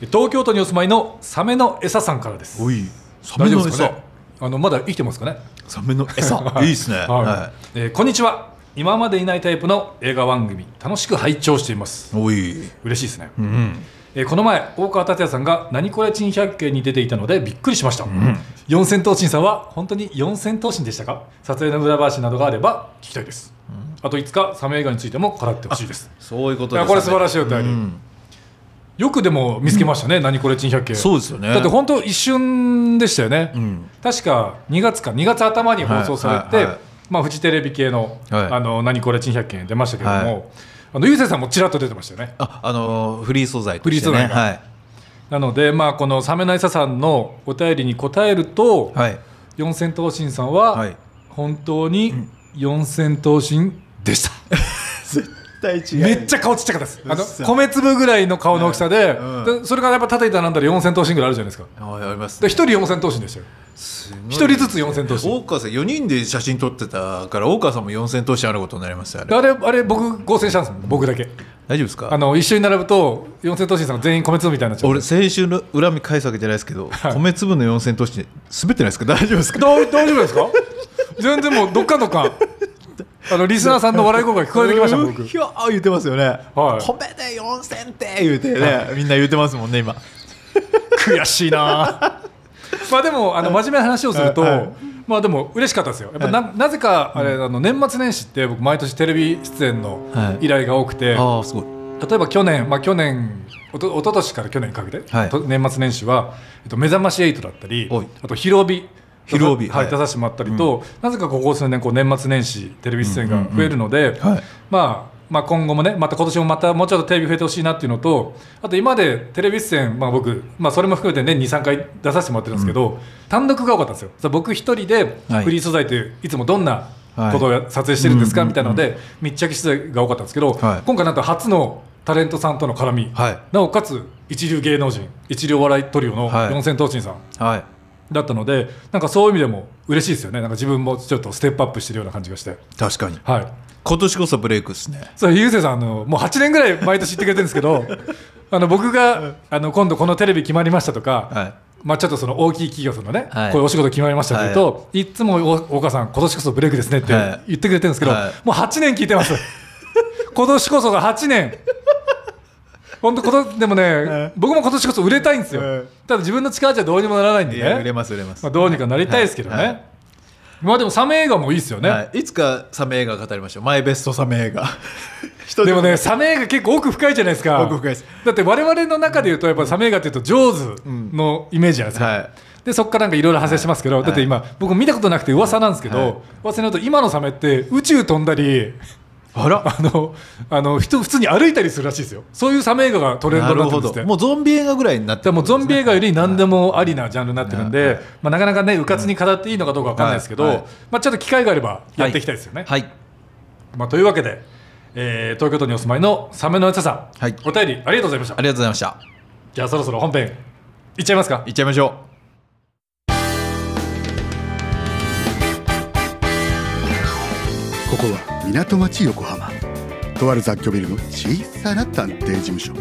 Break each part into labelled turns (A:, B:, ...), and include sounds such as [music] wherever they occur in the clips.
A: 東京都にお住まいのサメの餌さんからです
B: おいサ
A: 大
B: メ
A: 丈
B: の
A: 夫ですか
B: 餌
A: ねあのまだ生きてますかね
B: サメの
A: [laughs]
B: 餌いいですねは
A: はいえーこんにちは今までいないタイプの映画番組楽しく拝聴しています
B: いおい
A: 嬉しいですね、
B: うん
A: えーこの前大川達也さんが「何これ珍百景」に出ていたのでびっくりしました、四千頭身さんは本当に四千頭身でしたか撮影の裏話などがあれば聞きたいです、あといつかサメ映画についても語ってほしいです
B: そういうこ
A: い
B: とで
A: や
B: す
A: これ素晴らしいお
B: よ
A: 便り、よくでも見つけましたね「何これ珍百景」
B: そうですよね
A: だって本当一瞬でしたよね、
B: ん
A: 確か2月か2月頭に放送されて、
B: はいはいはい
A: まあ、フジテレビ系の「
B: はい
A: あの何これ珍百景」に出ましたけれども、
B: は
A: あのゆうせいさんもちらっと出てましたよね
B: ああのーフリー素材として
A: フリー素材
B: ね
A: が
B: はい
A: なので、まあ、このサメナイサさんのお便りに答えると、
B: はい
A: 四千頭身さんは
B: はい
A: 本当に四千頭身でした、
B: 第一
A: めっちゃ顔ちっちゃかったですあ
B: うっそ
A: の米粒ぐらいの顔の大きさで,、
B: うん
A: でそれがやっぱ縦板なんだら四千頭身ぐらいあるじゃないですか
B: はいあります
A: で一人四千頭身でしたよ一人ずつ四千頭身
B: 大川さん4人で写真撮ってたから大川さんも四千頭身あることになりますよあれ
A: あれあれ僕合成したんですもん僕だけ
B: 大丈夫ですか
A: あの一緒に並ぶと四千頭身さんが全員米粒みたいになっちゃう
B: 俺先週の恨み返すわけじゃないですけど、米粒の四千頭身滑ってないですか大丈夫ですか
A: どう大丈夫ですか全然もうどっかんどっかんあのリスナーさんの笑い声が聞こえてきましたもん僕
B: ひょー言ってますよね、
A: はい
B: 米で四千って言うてね、みんな言ってますもんね今
A: 悔しいなまあでもあの真面目な話をすると、
B: はいはい
A: まあでも嬉しかったですよやっぱな,、なぜかあれ、あの年末年始って僕毎年テレビ出演の
B: はい
A: 依頼が多くて、
B: ああすごい
A: 例えば去年、まあ、去年おと一昨年から去年にかけて、
B: はい
A: と年末年始は、えっと、目覚まし8だったり
B: おい
A: あと「ひるおび」
B: ひるおび
A: はい
B: はい
A: 出させてもらったりと、なぜかここ数年こう年末年始テレビ出演が増えるので、
B: はい
A: まあ、まあ今後もねまた今年もまたもうちょっとテレビ増えてほしいなっていうのとあと今までテレビ出演、まあ、僕、まあ、それも含めて年23回出させてもらってるんですけど、単独が多かったんですよさあ僕一人で
B: はい
A: フリー素材といういつもどんなことをや撮影してるんですか、
B: うんうん
A: みたいなので密着取材が多かったんですけど、
B: はい
A: 今回なんと初のタレントさんとの絡み、
B: はい
A: なおかつ一流芸能人一流お笑いトリオの
B: はい
A: 四千頭身さん
B: はい
A: だったので、なんかそういう意味でも嬉しいですよねなんか自分もちょっとステップアップしてるような感じがして
B: 確かに
A: はい
B: 今年こそブレイクですね
A: それゆうせいさんあのもう8年ぐらい毎年言ってくれてるんですけ
B: [laughs]
A: どあの僕があの今度このテレビ決まりましたとか、
B: はい
A: まあ、ちょっとその大きい企業さんのね、
B: はい
A: こういうお仕事決まりましたというと、い、つもお大川さん、今年こそブレイクですねって
B: はい
A: 言ってくれてるんですけど、
B: はい
A: もう8年聞いて
B: [laughs]
A: ます、今年こそが8年、本当、今年でもね、
B: い
A: 僕も今年こそ売れたいんですよ、
B: はい
A: ただ自分の力じゃどうにもならないんで
B: いや売れ
A: ね、
B: ます売れます、
A: まあ、どうにかなりたいですけどね、
B: はいはい
A: まあでも、サメ映画もいいですよね。
B: はい、いつかサメ映画語りましょうマイベストサメ
A: [laughs]
B: 映画一つ
A: でもね、サメ映画結構奥深いじゃないですか。
B: 奥深いです
A: だって我々の中で言うと、やっぱサメ映画っていうと、ジョーズのイメージじゃないですか。
B: はい
A: でそこからなんかいろいろ派生しますけど、
B: い
A: だって今僕見たことなくて噂なんですけど、
B: はい
A: 噂によると今のサメって宇宙飛んだり
B: あら
A: あのあの人普通に歩いたりするらしいですよそういうサメ映画がトレンド
B: な
A: にな
B: る
A: ってる
B: ほ
A: んですって
B: どもうゾンビ映画ぐらいになって
A: でもうゾンビ映画より何でもありなジャンルになってるんで、
B: はい
A: まあ、なかなかねうかつに語っていいのかどうかわかんないですけど、
B: はいはい
A: まあ、ちょっと機会があればやっていきたいですよね。
B: はい
A: まあ、というわけで、えー東京都にお住まいのサメのやつさん、
B: はい
A: お便りありがとうございました
B: ありがとうございました
A: じゃあそろそろ本編いっちゃいますか
B: いっちゃいましょ
C: ここは港町横浜とある雑居ビルの小さな探偵事務所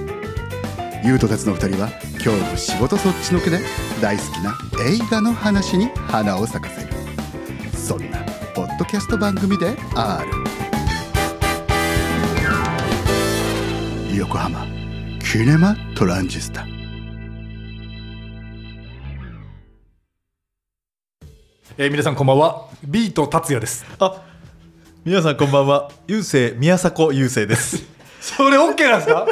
C: 優斗たちの2人は今日も仕事そっちのけで大好きな映画の話に花を咲かせるそんなポッドキャスト番組である横浜キネマトランジスタ
A: えー皆さんこんばんはビート達也です
B: うあ皆さんこんばんは優勢宮迫優勢です
A: [laughs] それオッケーなんですか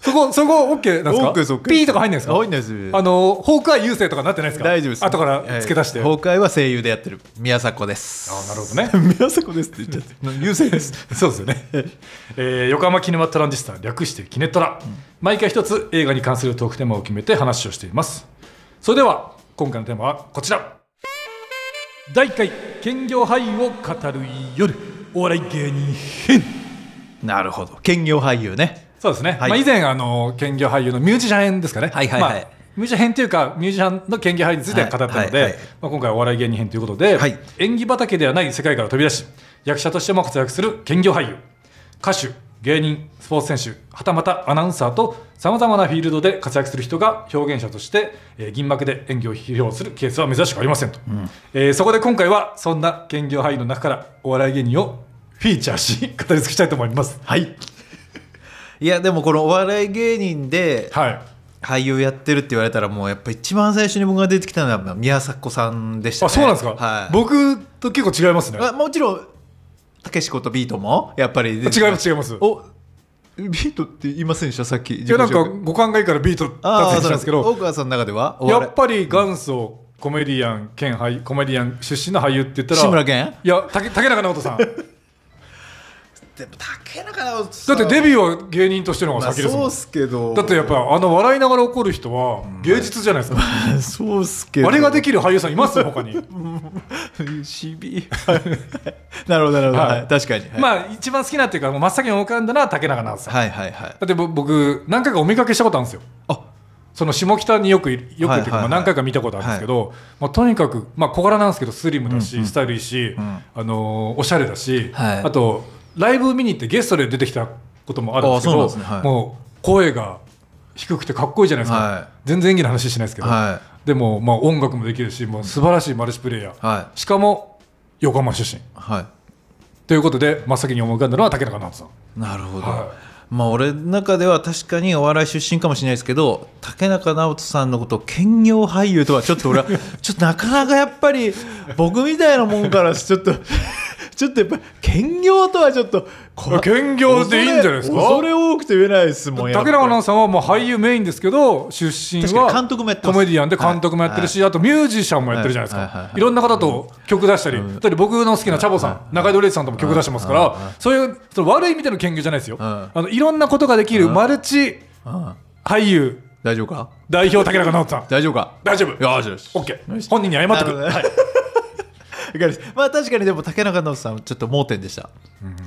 A: そこそこオッケーなんですか
B: オッケーですオッケーです
A: ピーとか入んないですか
B: 入んないです
A: あのホークアイ優勢とかなってないですか
B: 大丈夫です
A: 後から付け足して、
B: はい崩壊は声優でやってる宮迫です
A: あーなるほどね
B: [laughs] 宮迫ですって言っち
A: [laughs]
B: ゃって優勢です
A: そうですよね、 [laughs] えー横浜キネマトランジスタ略してキネトラ、毎回一つ映画に関するトークテーマを決めて話をしていますそれでは今回のテーマはこちら第1回兼業俳優を語る夜お笑い芸人編
B: [laughs] なるほど兼業俳優ね
A: そうですね、
B: はい
A: まあ、以前あの兼業俳優のミュージシャン編ですかね、
B: はいはいはい
A: まあミュージシャン編というかミュージシャンの兼業俳優については語ったので、
B: はいはいはい
A: まあ、今回はお笑い芸人編ということで、
B: はい
A: 演技畑ではない世界から飛び出し役者としても活躍する兼業俳優歌手芸人スポーツ選手はたまたアナウンサーとさまざまなフィールドで活躍する人が表現者として、えー銀幕で演技を披露するケースは珍しくありませんと、えーそこで今回はそんな兼業俳優の中からお笑い芸人をフィーチャーし語り尽くしたいと思います
B: はいいやでもこのお笑い芸人で
A: はい
B: 俳優やってるって言われたらもうやっぱ一番最初に僕が出てきたのは宮迫さんでした
A: あ
B: ね
A: そうなんですか、
B: はい
A: 僕と結構違いますね
B: まあもちろんたけしことビートもやっぱり出てきた
A: 違います違います
B: おビートって言いませんでしたさっき
A: いやなんか
B: 自己紹介
A: 五感がいいからビート立
B: あ
A: てて
B: あ
A: きた
B: そうん
A: で
B: なんですす
A: け
B: け
A: ど
B: ど大川さんの中ではお
A: や
B: 笑い
A: っぱり元祖コメディアン兼俳コメディアン出身の俳優って言ったら
B: 志村けん
A: いや竹竹中直人
B: [laughs]
A: さんだっ
B: でも竹中直人
A: てデ
B: ュ
A: ビューは芸人としての方
B: ー
A: が先ですもん、
B: そうっすけど
A: だってやっぱあの笑いながら怒る人は芸術じゃないですか、
B: ぱ [laughs] そうっすけど
A: あれができる俳優さんいます他
B: [laughs]
A: に
B: しび [laughs] なるほどなるほど、
A: はい
B: はい確かに、はい、
A: まあ一番好きなっていうかもう真っ先に浮かんだのは竹中直人さん、
B: はいはいはい
A: だってぼ僕何回かお見かけしたことあるんですよ
B: あ
A: その下北によくいるよくっていうか
B: はいはい
A: ま
B: は
A: あ
B: い
A: 何回か見たことあるんですけど、まあ、とにかく、まあ、小柄なんですけどスリムだし、スタイルいいし、
B: ん
A: あのーおしゃれだし、
B: はい
A: あとライブ見に行ってゲストで出てきたこともあるんですけ
B: あ
A: ど
B: ーそうなんですねはい
A: もう声が低くてかっこいいじゃないですか、
B: はい
A: 全然演技の話しないですけど、
B: は
A: でも、まあ、音楽もできるしもう素晴らしいマルチプレイヤー、
B: は
A: しかも横浜出身
B: いは
A: ということで真っ先に思い浮かんだのは竹中直人さん
B: いなるほど、
A: は
B: まあ俺の中では確かにお笑い出身かもしれないですけど竹中直人さんのことを兼業俳優とはちょっと
A: [laughs]
B: 俺はちょっとなかなかやっぱり僕みたいなもんからちょっと [laughs] ちょっとやっぱり兼業とはちょっとこ
A: 兼業でいいんじゃないですか
B: 恐れ恐れ多くて言えないですもんやっぱ
A: 竹
B: り
A: 中直人さんはもう俳優メインですけど出身
B: 確か
A: は
B: に監督もやって
A: コ
B: ます
A: メディアンで監督もやってるし、あとミュージシャンもやってるじゃないですか、い
B: はいはいはいはい
A: ろんな方と曲出したり、だって僕の好きなチャボさん、中井戸礼二さんとも曲出してますから、そういうその悪い意味での研究じゃないですよ、
B: ん
A: あのいろんなことができるマルチ
B: うん
A: 俳優
B: 大丈夫か
A: 代表竹中直人さん
B: 大丈夫か
A: 大丈夫
B: よしよし
A: OK 本人に謝ってくる
B: なるほどねわかりましたまあ確かにでも竹中直人さんちょっと盲点でした、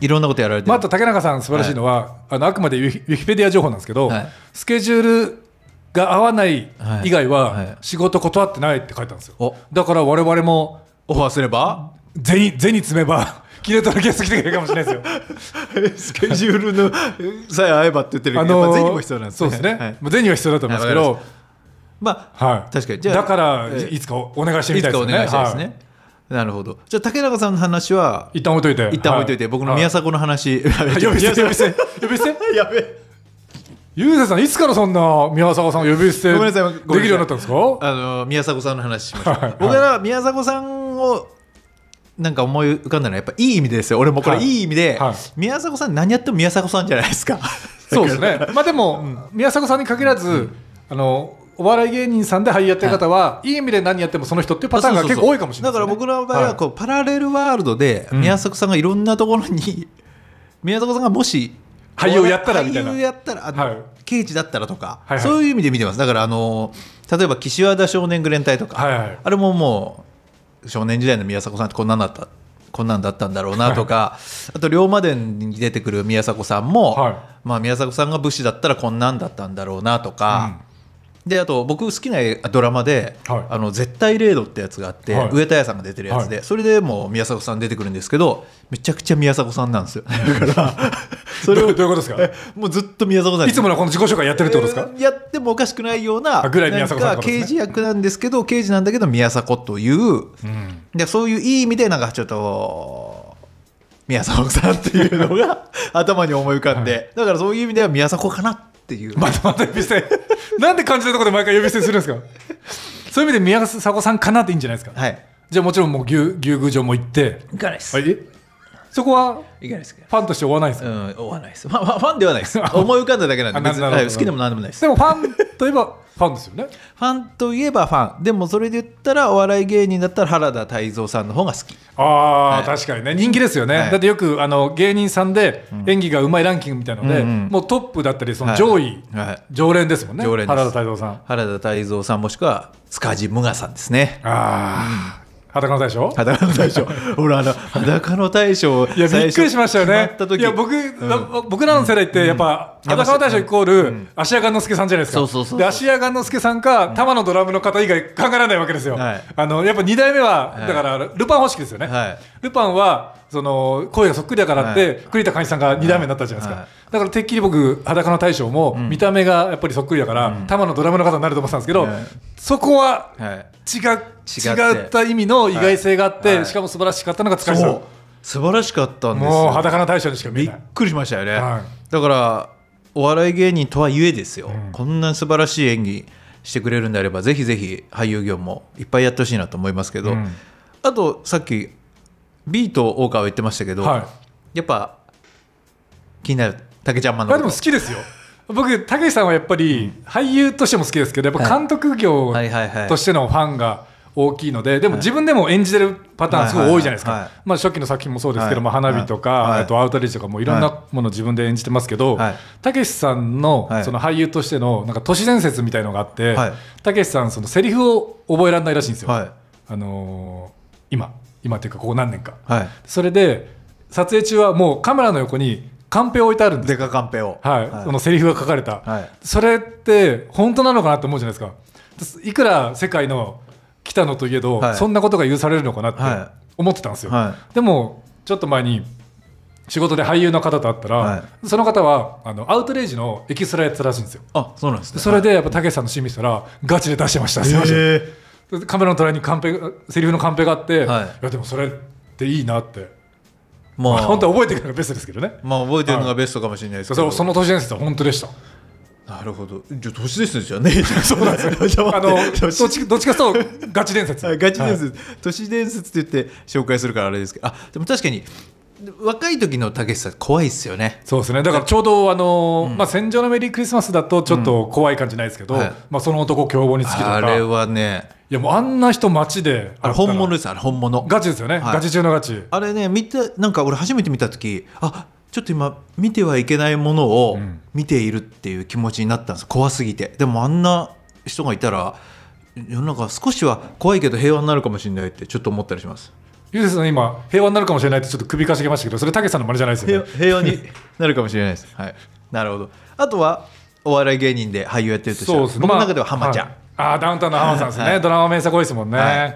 B: いろんなことやられてる、
A: まあ、あと竹中さん素晴らしいのは、あのあくまでウィキウィキペディア情報なんですけど、
B: はい
A: スケジュールが合わない以外
B: はいはい
A: は仕事断ってないって書いたんですよ、
B: お
A: だから我々も
B: オファーすれば
A: 銭銭積めば [laughs] キレトのゲスト来てくれるかもし
B: [laughs]
A: れないですよ
B: スケジュールのさえ合えばって言ってるけど、やっぱ
A: ー
B: 銭も必要なんです
A: そ
B: ね
A: うですね、
B: はい
A: もう銭は必要だと思いますけ
B: はい
A: ど
B: わかまあ、
A: はい
B: 確かにじゃあ
A: だから
B: え
A: いつかおお願いしてみ
B: い
A: た
B: つ
A: いです
B: かお
A: よね
B: 願いしたいですね、
A: はい
B: なるほどじゃあ竹中さんの話は
A: 一旦置いといて
B: 一旦置いといて、僕の宮
A: さん
B: 迫の話、
A: 呼び捨て呼び捨て呼び捨て
B: [laughs] やべえ
A: ゆうせいさんいつからそんな宮迫さんを呼び捨てで
B: ご
A: き
B: め
A: る
B: んなさい
A: よう
B: ごめんなさい
A: になったんですか
B: あの宮迫さんの話しましょう、
A: はいはい
B: 僕ら宮迫さんをなんか思い浮かんだのはやっぱいい意味ですよ俺もこれ
A: はい
B: いい意味で、
A: はい
B: 宮迫さん何やっても宮迫さんじゃないですか
A: そうですね。まあでも、宮迫さんに限らず、あのお笑い芸人さんで俳優やってる方は、い、い意味で何やってもその人っていうパターンが結構多いかもしれない、
B: だから僕の場合はこう、パラレルワールドで
A: ん
B: 宮迫さんがいろんなところに、 [laughs] 宮迫さんがもし
A: 俳優をやったらみたいな
B: 俳優やったらあ
A: はい
B: 刑事だったらとか、
A: はいはい
B: そういう意味で見てますだからあの例えば岸和田少年愚連隊とか、
A: はいはい
B: あれももう少年時代の宮迫さんってこんなんだったこんなんだったんだろうなとかあと龍馬伝に出てくる宮迫さんも、
A: はい
B: まあ、宮迫さんが武士だったらこんなんだったんだろうなとか、であと僕好きなドラマで「
A: はい
B: あの絶対零度」ってやつがあって、
A: はい
B: 上田屋さんが出てるやつで、それでもう宮迫さん出てくるんですけどめちゃくちゃ宮迫さんなんですよだからそれ
A: ど
B: を
A: うどういうことですか。
B: [laughs] もうずっと宮迫さん
A: いつものこの自己紹介やってるってことですか。
B: やってもおかしくないような
A: あぐらい宮迫さんってこ
B: なん
A: とですね
B: か刑事役なんですけど刑事なんだけど宮迫という
A: うん
B: でそういういい意味でなんかちょっと宮迫さんっていう
A: [laughs]
B: のが頭に思い浮かんで、だからそういう意味では宮迫かなっていう、
A: またまた呼び捨て。なんで感じたところで毎回呼び捨てするんですか。そういう意味で宮迫さんかなっていいんじゃないですか。
B: はい
A: じゃあもちろんもう牛牛宮城も行って、
B: いかないです、
A: はい、えそこは
B: かないですけど
A: ファンとして追わないです
B: う
A: か。
B: ん、追わないです、まあ、まあファンではないです思い浮かんだだけなんで
A: [laughs] あな
B: 別に
A: なるほ
B: は
A: ど
B: い好きでも何でもないです
A: でもファンといえばファンですよね。
B: ファンといえばファンでもそれで言ったらお笑い芸人だったら原田泰造さんの方が好き
A: ああ、確かにね人気ですよね、
B: はい
A: だってよくあの芸人さんで演技がうまいランキングみたいので、
B: うんうん
A: もうトップだったりその
B: はい
A: 上位、
B: はい
A: 常連ですもんね
B: 常連です
A: 原田泰造さんあ
B: 原田泰造さんもしくは塚地無我さんですね
A: あー、裸の大将
B: 裸の大
A: [laughs]
B: 将俺あの裸の大将
A: いやびっくりしましたよね
B: 最初決まった。時
A: いや僕、わ僕らの世代ってやっぱ、
B: うん
A: 裸の大将イコール、芦屋雁之助さんじゃないですか。
B: そうそうそう
A: で芦屋雁之助さんか玉のドラムの方以外考えられないわけですよ。
B: はい
A: あのやっぱ二代目は、
B: はい
A: だからルパン方式ですよね。
B: はい
A: ルパンはその声がそっくりだからって、
B: はい
A: 栗田寛一さんが二代目になったじゃないですか。
B: はい
A: だからてっきり僕裸の大将も見た目がやっぱりそっくりだから、玉のドラムの方になると思ってたんですけど、
B: はい
A: そこは
B: はい
A: 違
B: って
A: う違った意味の意外性があって、
B: はいはい
A: しかも素晴らしかったのが使い
B: そう
A: そう。
B: 素晴らしかったんですよ
A: もう裸の大将にしか見え
B: びっ
A: ない。
B: くりしましたよね、
A: は
B: だからお笑い芸人とはいえですよ、こんな素晴らしい演技してくれるんであればぜひぜひ俳優業もいっぱいやってほしいなと思いますけど、
A: うん
B: あとさっき B と大川は言ってましたけど、
A: はい
B: やっぱ気になる竹ちゃんマン
A: ま
B: の
A: あでも
B: こ
A: 好きですよ。僕、たけしさんはやっぱり俳優としても好きですけど、やっぱ監督業
B: はいはいはいはい
A: としてのファンが大きいので、でも自分でも演じてるパターン、すごい多いじゃないです
B: はいはい
A: か
B: はい。
A: まあ初期の作品もそうですけど、
B: はい
A: まあ花火と
B: は
A: か、
B: い
A: あとアウトレイジとか、もういろんなもの自分で演じてますけど
B: はい、
A: たけしさんの
B: はい
A: その俳優としてのなんか都市伝説みたいのがあって
B: はい、
A: たけしさん、そのセリフを覚えられないらしいんですよ。
B: はい
A: あのー今、今っていうか、ここ何年か。
B: とはい
A: それで撮影中はもうカメラの横にカンペを置いてあるんです
B: デカカンペを
A: はい、そのセリフが書かれた、
B: はい
A: それって本当なのかなって思うじゃないですかですいくら世界の北野といえど、
B: はい
A: そんなことが許されるのかなっ
B: は
A: て思ってたんですよ、
B: は
A: でもちょっと前に仕事で俳優の方と会ったら、
B: は
A: その方はあのアウトレイジのエキストラやってたらしいんですよ
B: あそうなんですね
A: それでやっぱたけしさんの趣味したらガチで出してましたすいません
B: へ
A: カメラの隣にカンペがセリフのカンペがあって、
B: はい
A: いやでもそれっていいなって
B: ーま
A: まあ
B: あ
A: 本当は覚えていくのがベストですけどね。
B: まあ覚えてるのがベストかもしれないですけ
A: そ
B: ど
A: うその都市伝説は本当でした。
B: なるほどじゃあ都市伝説じゃねえじ
A: [laughs]
B: ゃんそうなんです
A: あの
B: [laughs]
A: どっちどっちかというとガチ伝説。
B: はいガチ伝
A: はい
B: 説、都市伝説って言って紹介するからあれですけどあでも確かに若い時のたけしさん怖いっすよね
A: そうですね。だからちょうどあのーまあ戦場のメリークリスマスだとちょっと怖い感じないですけど、
B: はい
A: まあその男凶暴につきと
B: あ
A: か。
B: れ
A: い
B: はね
A: やもうあんな人街で会
B: あ
A: ったら
B: れ本物ですあれ本物
A: ガチですよね。
B: はい
A: ガチ中のガチ。
B: あれね見てなんか俺初めて見た時あちょっと今見てはいけないものを
A: ん
B: 見ているっていう気持ちになったんです怖すぎてでもあんな人がいたら世の中少しは怖いけど平和になるかもしれないってちょっと思ったりします
A: ゆうせいさん今平和になるかもしれないってちょっと首かしげましたけど、それたけしさんの真似じゃないです
B: 平
A: よ
B: 和
A: ね。
B: 平和 [laughs] になるかもしれないです。はい、なるほど。あとはお笑い芸人で俳優やってるとしたら、
A: そうですね。
B: 僕の
A: まあ
B: 中では浜ちゃん。
A: はいああダウンタウンの浜さんですね。
B: はい
A: ドラマ名作多いですもんね。
B: はい
A: い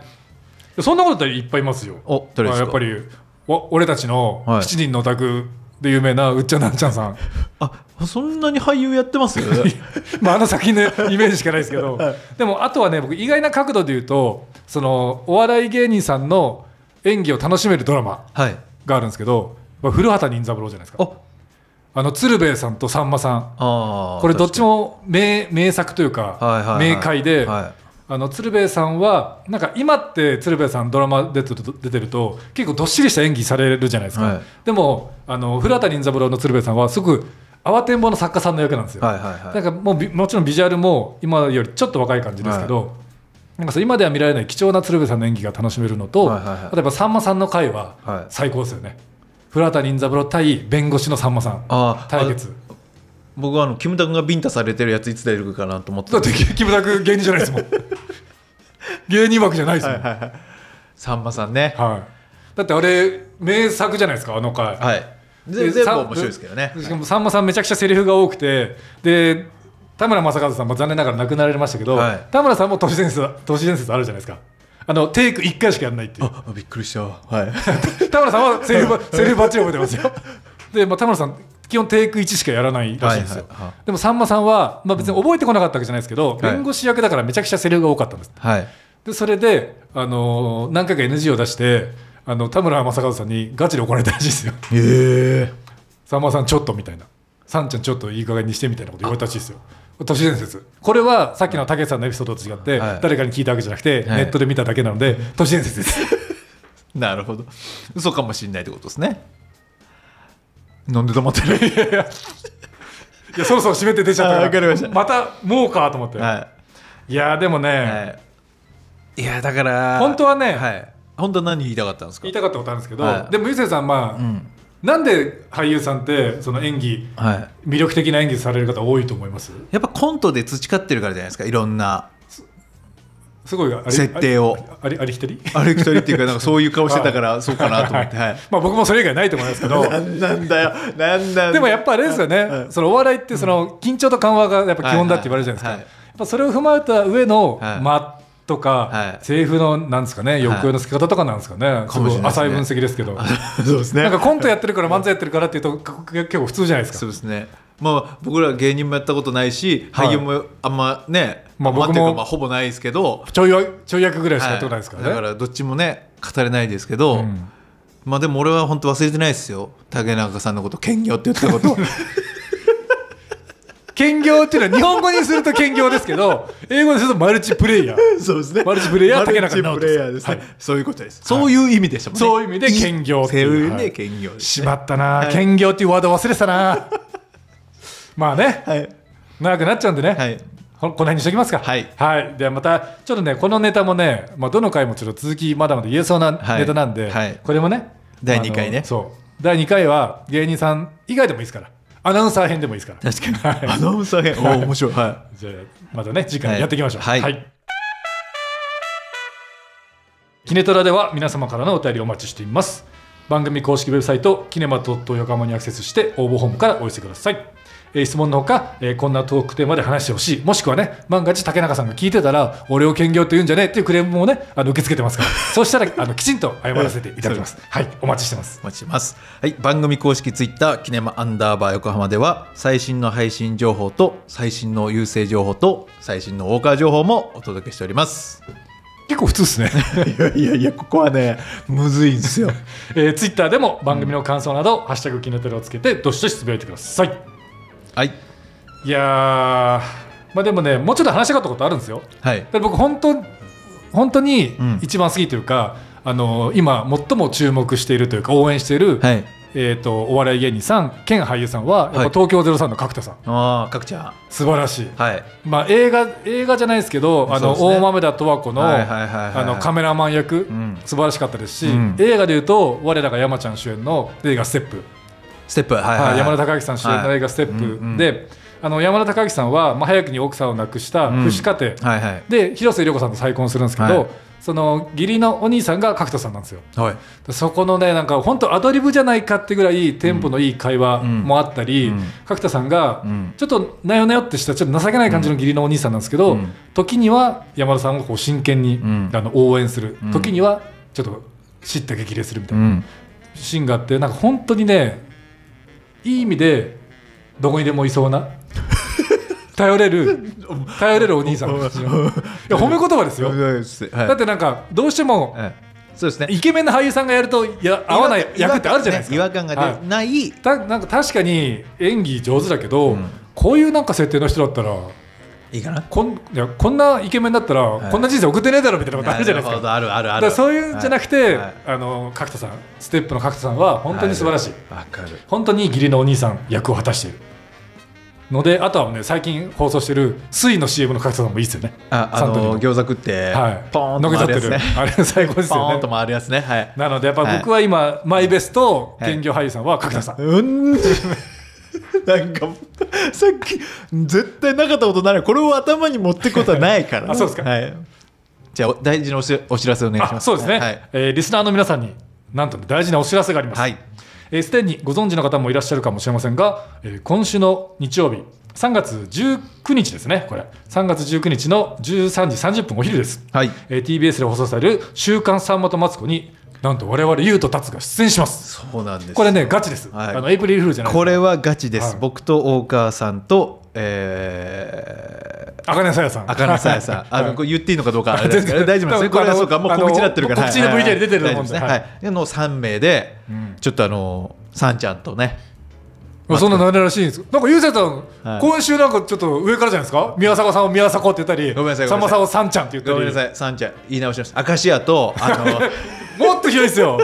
A: やそんなことだったらいっぱいいますよ。
B: おどれですか
A: やっぱりお俺たちの
B: はい
A: 七人のオタクで有名なうっちゃんなんちゃんさん。
B: あ、そんなに俳優やっ
A: [laughs]
B: てます？
A: まああの作品のイメージしかないですけど、でもあとはね僕意外な角度で言うとそのお笑い芸人さんの演技を楽しめるドラマ
B: はい。
A: があるんですけど、まあ、古畑任三郎じゃないですか
B: お、
A: あの鶴瓶さんとさんまさん
B: あー
A: これどっち。も名名作というか、
B: はいはいはい
A: 名回で、
B: は
A: あの鶴瓶さんはなんか今って鶴瓶さんドラマ出てると出てると結構どっしりした演技されるじゃないですか、
B: はい
A: でもあの古畑任三郎の鶴瓶さんはすごく慌てんぼの作家さんの役なんですよ、
B: はいはいはい
A: なんかもうびもちろんビジュアルも今よりちょっと若い感じですけど、なんかそう今では見られない貴重な鶴瓶さんの演技が楽しめるのと、
B: はいはいはい
A: 例えばさんまさんの回
B: はい
A: は最高ですよね、古畑任三郎対弁護士のさんまさん
B: あー
A: 対決
B: 僕はあのキムタクがビンタされてるやついつ出てくるかなと思って
A: だ
B: た
A: っ。てキムタク芸人じゃない
B: [laughs]
A: ですもん芸人枠じゃないですもん、はい
B: さんまさんね。
A: だってあれ名作じゃないですかあの回、
B: はい。
A: で
B: ぜ全部
A: さん
B: 面白いですけどね。
A: しかもさんまさんめちゃくちゃセリフが多くてで田村正和さんも残念ながら亡くなられましたけど、
B: はい
A: 田村さんも都市伝説都市伝説あるじゃないですかあのテイク1回しかやらないっていう
B: あ、あびっくりし
A: [laughs]
B: た。はい。
A: 田村さんはセリフばセリフばっちり覚えてますよで、まあ、田村さん基本テイク1しかやらないらしいんですよ、
B: はいはいはい
A: でもさんまさんは、まあ、別に覚えてこなかったわけじゃないですけど、
B: はい
A: 弁護士役だからめちゃくちゃセリフが多かったんです
B: はい。
A: でそれで、あのー何回か NG を出してあの田村正和さんにガチで怒られたらしいですよ
B: ええ。
A: さんまさんちょっとみたいなさんちゃんちょっといい加減にしてみたいなこと言われたらしいですよ都市伝説これはさっきの武さんのエピソードと違って、
B: はい
A: 誰かに聞いたわけじゃなくて、
B: はい
A: ネットで見ただけなので都市伝説です
B: なるほど。嘘かもしれないってことですね。なんで黙ってる？
A: いやそろそろ締めて出ちゃったから
B: あわかりました
A: またもうかと思って、
B: はい。
A: い、やでもね、
B: はい、いやだから
A: 本当はね
B: はい、本当は何言いたかったんですか
A: 言いたかったことあるんですけど、
B: はい
A: でもゆうせいさんまあ、
B: ん
A: なんで俳優さんってその演技
B: はい、
A: 魅力的な演技される方多いと思います
B: やっぱコントで培ってるからじゃないですかいろんな
A: すごいあり
B: 設定を
A: ありありありきたり
B: あれ一人っていうかなんかそういう顔してたからそうかなと思って、はい、
A: まあ僕もそれ以外ないと思いますけど
B: なんなんだよなんだよ
A: でもやっぱあれですよね、そのお笑いってその緊張と緩和がやっぱ基本だって言われるじゃないですか、
B: はいはいはい
A: やっぱそれを踏まえた上の
B: はい
A: 間とか、
B: はい
A: セリフのなんですかね抑揚の付け方とかなんですかね、す
B: も
A: ご
B: し
A: い
B: れないですね
A: 浅い分析ですけど
B: [laughs] そうですね
A: なんかコントやってるから漫才やってるからっていうとか結構普通じゃないです
B: そ
A: か
B: うですねまあ僕ら芸人もやったことないし
A: はい
B: 俳優もあんまね、
A: まあ僕も
B: んっていうかまあほぼないですけど
A: ちょいわちょい役ぐらいしかやったことないですからね、
B: だからどっちもね語れないですけど、
A: ん
B: まあでも俺は本当忘れてないですよ竹中さんのこと兼業って言ってたこと
A: [laughs] 兼業っていうのは日本語にすると兼業ですけど英語にするとマルチプレイヤー
B: そうですね
A: マルチプレイヤー竹中直人さん
B: マルチプレイヤーですね、
A: はい
B: そういうことです、そういう意味でしたもんね
A: そういう意味で兼業って
B: そう
A: いう
B: いう意
A: は
B: 味
A: い
B: で兼業です
A: し
B: ね、
A: まったな、
B: い
A: 兼業っていうワード忘れてた
B: [laughs]
A: なまあね
B: はい
A: 長くなっちゃうんでね、
B: はい
A: ほこの辺にしときますか
B: はい
A: ではまたちょっとねこのネタもね、まあ、どの回もちょっと続きまだまだ言えそうな
B: はい
A: ネタなんで、
B: はい
A: これもね
B: 第二回ね
A: あのそう第2回は芸人さん以外でもいいですからアナウンサー編でもいいですから
B: 確かに、アナウンサー編おー面白いはい
A: じゃあまたね次回やっていきましょう
B: はい
A: キネトラでは皆様からのお便りをお待ちしています番組公式ウェブサイトキネマドット横浜にアクセスして応募フォームからお寄せください、えー質問のほか、えーこんなトークテーマで話してほしいもしくはね万が一竹中さんが聞いてたら俺を兼業と言うんじゃねえっていうクレームもねあの受け付けてます
B: [laughs]
A: からそうしたらあのきちんと謝らせていただきますはいお待ちしてます
B: お待ちしてます、はい、番組公式ツイッターキネマアンダーバー横浜では最新の配信情報と最新の優勢情報と最新の大川情報もお届けしております
A: 結構普通ですね
B: いやいやいやここはねむずいんですよ
A: えー、ツイッターでも番組の感想など、ハッシュタグキネテレをつけてどしどしつぶやいてください
B: [laughs] はい
A: いやーまあでもねもうちょっと話したかったことあるんですよ
B: はい
A: だから僕本当本当に
B: うん
A: 一番好きというか、あのー今最も注目しているというか応援している、
B: はい
A: えー、とお笑い芸人さん兼俳優さんはやっぱ東京03の角田さん、
B: ああ角ちゃん
A: 素晴らしい、
B: はい
A: まあ、映画映画じゃないですけどあの、
B: そうですね
A: 大豆田十和子の,、
B: はいはいはいはいはい
A: あのカメラマン役、
B: ん
A: 素晴らしかったですし、
B: うん
A: 映画でいうと我らが山ちゃん主演の映画「ステップ」
B: ステップはいはい、
A: は、
B: はいい、
A: 山田孝之さん主演の映画「ステップ」
B: うんうん
A: であの山田孝之さんは、まあ、早くに奥さんを亡くした
B: うん
A: 父子家庭、
B: はいはい
A: で広末涼子さんと再婚するんですけど、
B: はい
A: その義理のお兄さんが角田さんなんですよ。
B: はい
A: そこのねなんか本当アドリブじゃないかってぐらいテンポのいい会話
B: うん
A: もあったり、
B: うん
A: 角田さんが
B: うん
A: ちょっとなよなよってしたちょっと情けない感じの義理のお兄さんなんですけど、
B: うん
A: 時には山田さんをこう真剣に、
B: ん
A: あの応援する、
B: ん
A: 時にはちょっと叱咤激励するみた
B: う
A: いなんシーンがあってなんか本当にねいい意味でどこにでもいそうな頼れる頼れるお兄さんたちのいや褒め言葉ですよだ
B: だ
A: ってなんかどうしても
B: はい、そうですね
A: イケメンの俳優さんがやるといや合わない役ってあるじゃないですか
B: 違和感がね違和感が
A: は
B: 出ない、
A: いたなんか確かに演技上手だけど、
B: ん
A: こういうなんか設定の人だったら
B: い、いかな
A: こんいやこんなイケメンだったら、
B: い
A: こんな人生送ってねえだろみたいなことあるじゃないです
B: るほ
A: か
B: どあるある
A: だ
B: ある
A: からそういうんじゃなくて、
B: はい
A: あの角田さんステップの角田さんは本当に素晴らしい
B: わかる
A: 本当に義理のお兄さん役を果たしているのであとはね最近放送してる水の CM の角田さんもいいですよね
B: ああ
A: サントリー
B: の
A: の
B: 餃子食って、
A: はい
B: ポーン
A: の
B: と
A: けちゃ
B: 回
A: っ
B: る
A: て
B: やつ
A: る
B: ね
A: あれ最高です
B: ポ
A: よ
B: ーン
A: ね
B: と回るやつねはい
A: なのでやっぱ僕は今、マイベスト兼業俳優さんは角田さん、
B: うんなんかさっき絶対なかったことないこれを頭に持ってくことはないから
A: あそうですか
B: はい、じゃあお大事なおしお知らせお願いしま
A: あ
B: す
A: そうですね、
B: はい、
A: えーリスナーの皆さんになんとね大事なお知らせがあります
B: はい
A: えーすで、にご存知の方もいらっしゃるかもしれませんが、えー今週の日曜日3月19日ですねこれ3月19日の13時30分お昼です、
B: はい
A: えー TBS で放送される「週刊さんまとマツコ」になんと我々優と達が出演します
B: そうなんです
A: これねガチです、
B: はい
A: あのエイプリルフールじゃない
B: これはガチです、
A: はい
B: 僕と大川さんとえー
A: あかねさやさん
B: 赤根さやさん、
A: [laughs]
B: あ
A: は
B: の
A: い
B: これ言っていいのかどうかあれ
A: 全
B: で
A: 然
B: すけど、大丈夫なんですね。
A: 多
B: こ
A: 分
B: れはそうか、もう
A: あの
B: 告知になってるから。
A: 告知の VTR に出てると
B: と
A: 思
B: 思
A: う
B: うん
A: で
B: んですね。
A: は
B: はいい、での三名で、ちょっとあのさんちゃんとね、
A: まあそんなのあれらしいんですなんかゆうせいさん、
B: はい
A: 今週なんかちょっと上からじゃないですか宮迫さんを宮迫って言ったり
B: ごめんなさいご
A: さ
B: め
A: んま
B: んなさい
A: さんをさんちゃんって言ったり
B: ごめんなさい、さんちゃん言い直しました。明石家とあ
A: [laughs]
B: の
A: もっとひどいですよ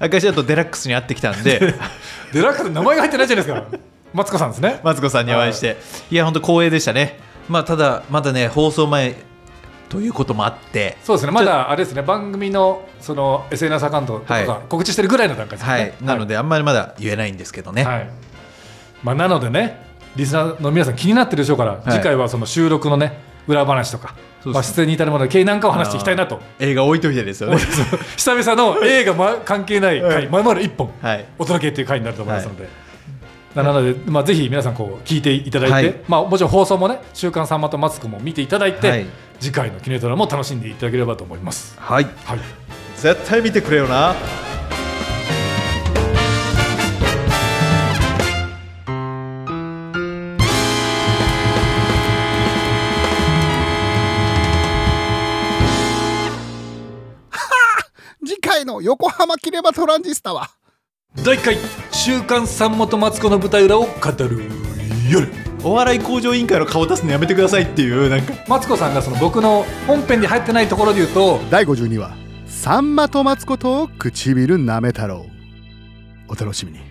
B: 明石家とデラックスに会ってきたん
A: [laughs]
B: で、
A: デラックス名前が入ってないじゃないですかマツコさんですね
B: マツコさんにお会いして、い、や本当光栄でしたね。まあただまだね放送前ということもあって、
A: そうですねまだあれですね番組のその SNS アカウントとか
B: は
A: が告知してるぐらいの段階ですね
B: はい、なのであんまりまだ言えないんですけどね。
A: はいまあ、なのでねリスナーの皆さん気になってるでしょうから、次回はその収録のね裏話とか、
B: そうですね
A: まあ、出演に至るまでの経緯なんかを話していきたいなと
B: 映画置いといてですよね
A: 久々の映画、ま、関係ない回まるまる1本、
B: はい
A: お届けっていう回になると思いますので、ななので、まあ、ぜひ皆さんこう聞いていただいて、
B: はい
A: まあ、もちろん放送もね「週刊さんまとマツコ」も見ていただいて、
B: はい
A: 次回の「キネトラ」も楽しんでいただければと思います。
B: はい
A: [laughs] はい、
B: 絶対見てくれよな
C: 次回の横浜キネマトランジスタは
A: 第1回「週刊さんまとマツコ」の舞台裏を語る夜
B: お笑い向上委員会の顔出すのやめてくださいっていうなんか
A: マツコさんがその僕の本編に入ってないところで言うと
C: 第52話「さんまとマツコと唇なめ太郎」お楽しみに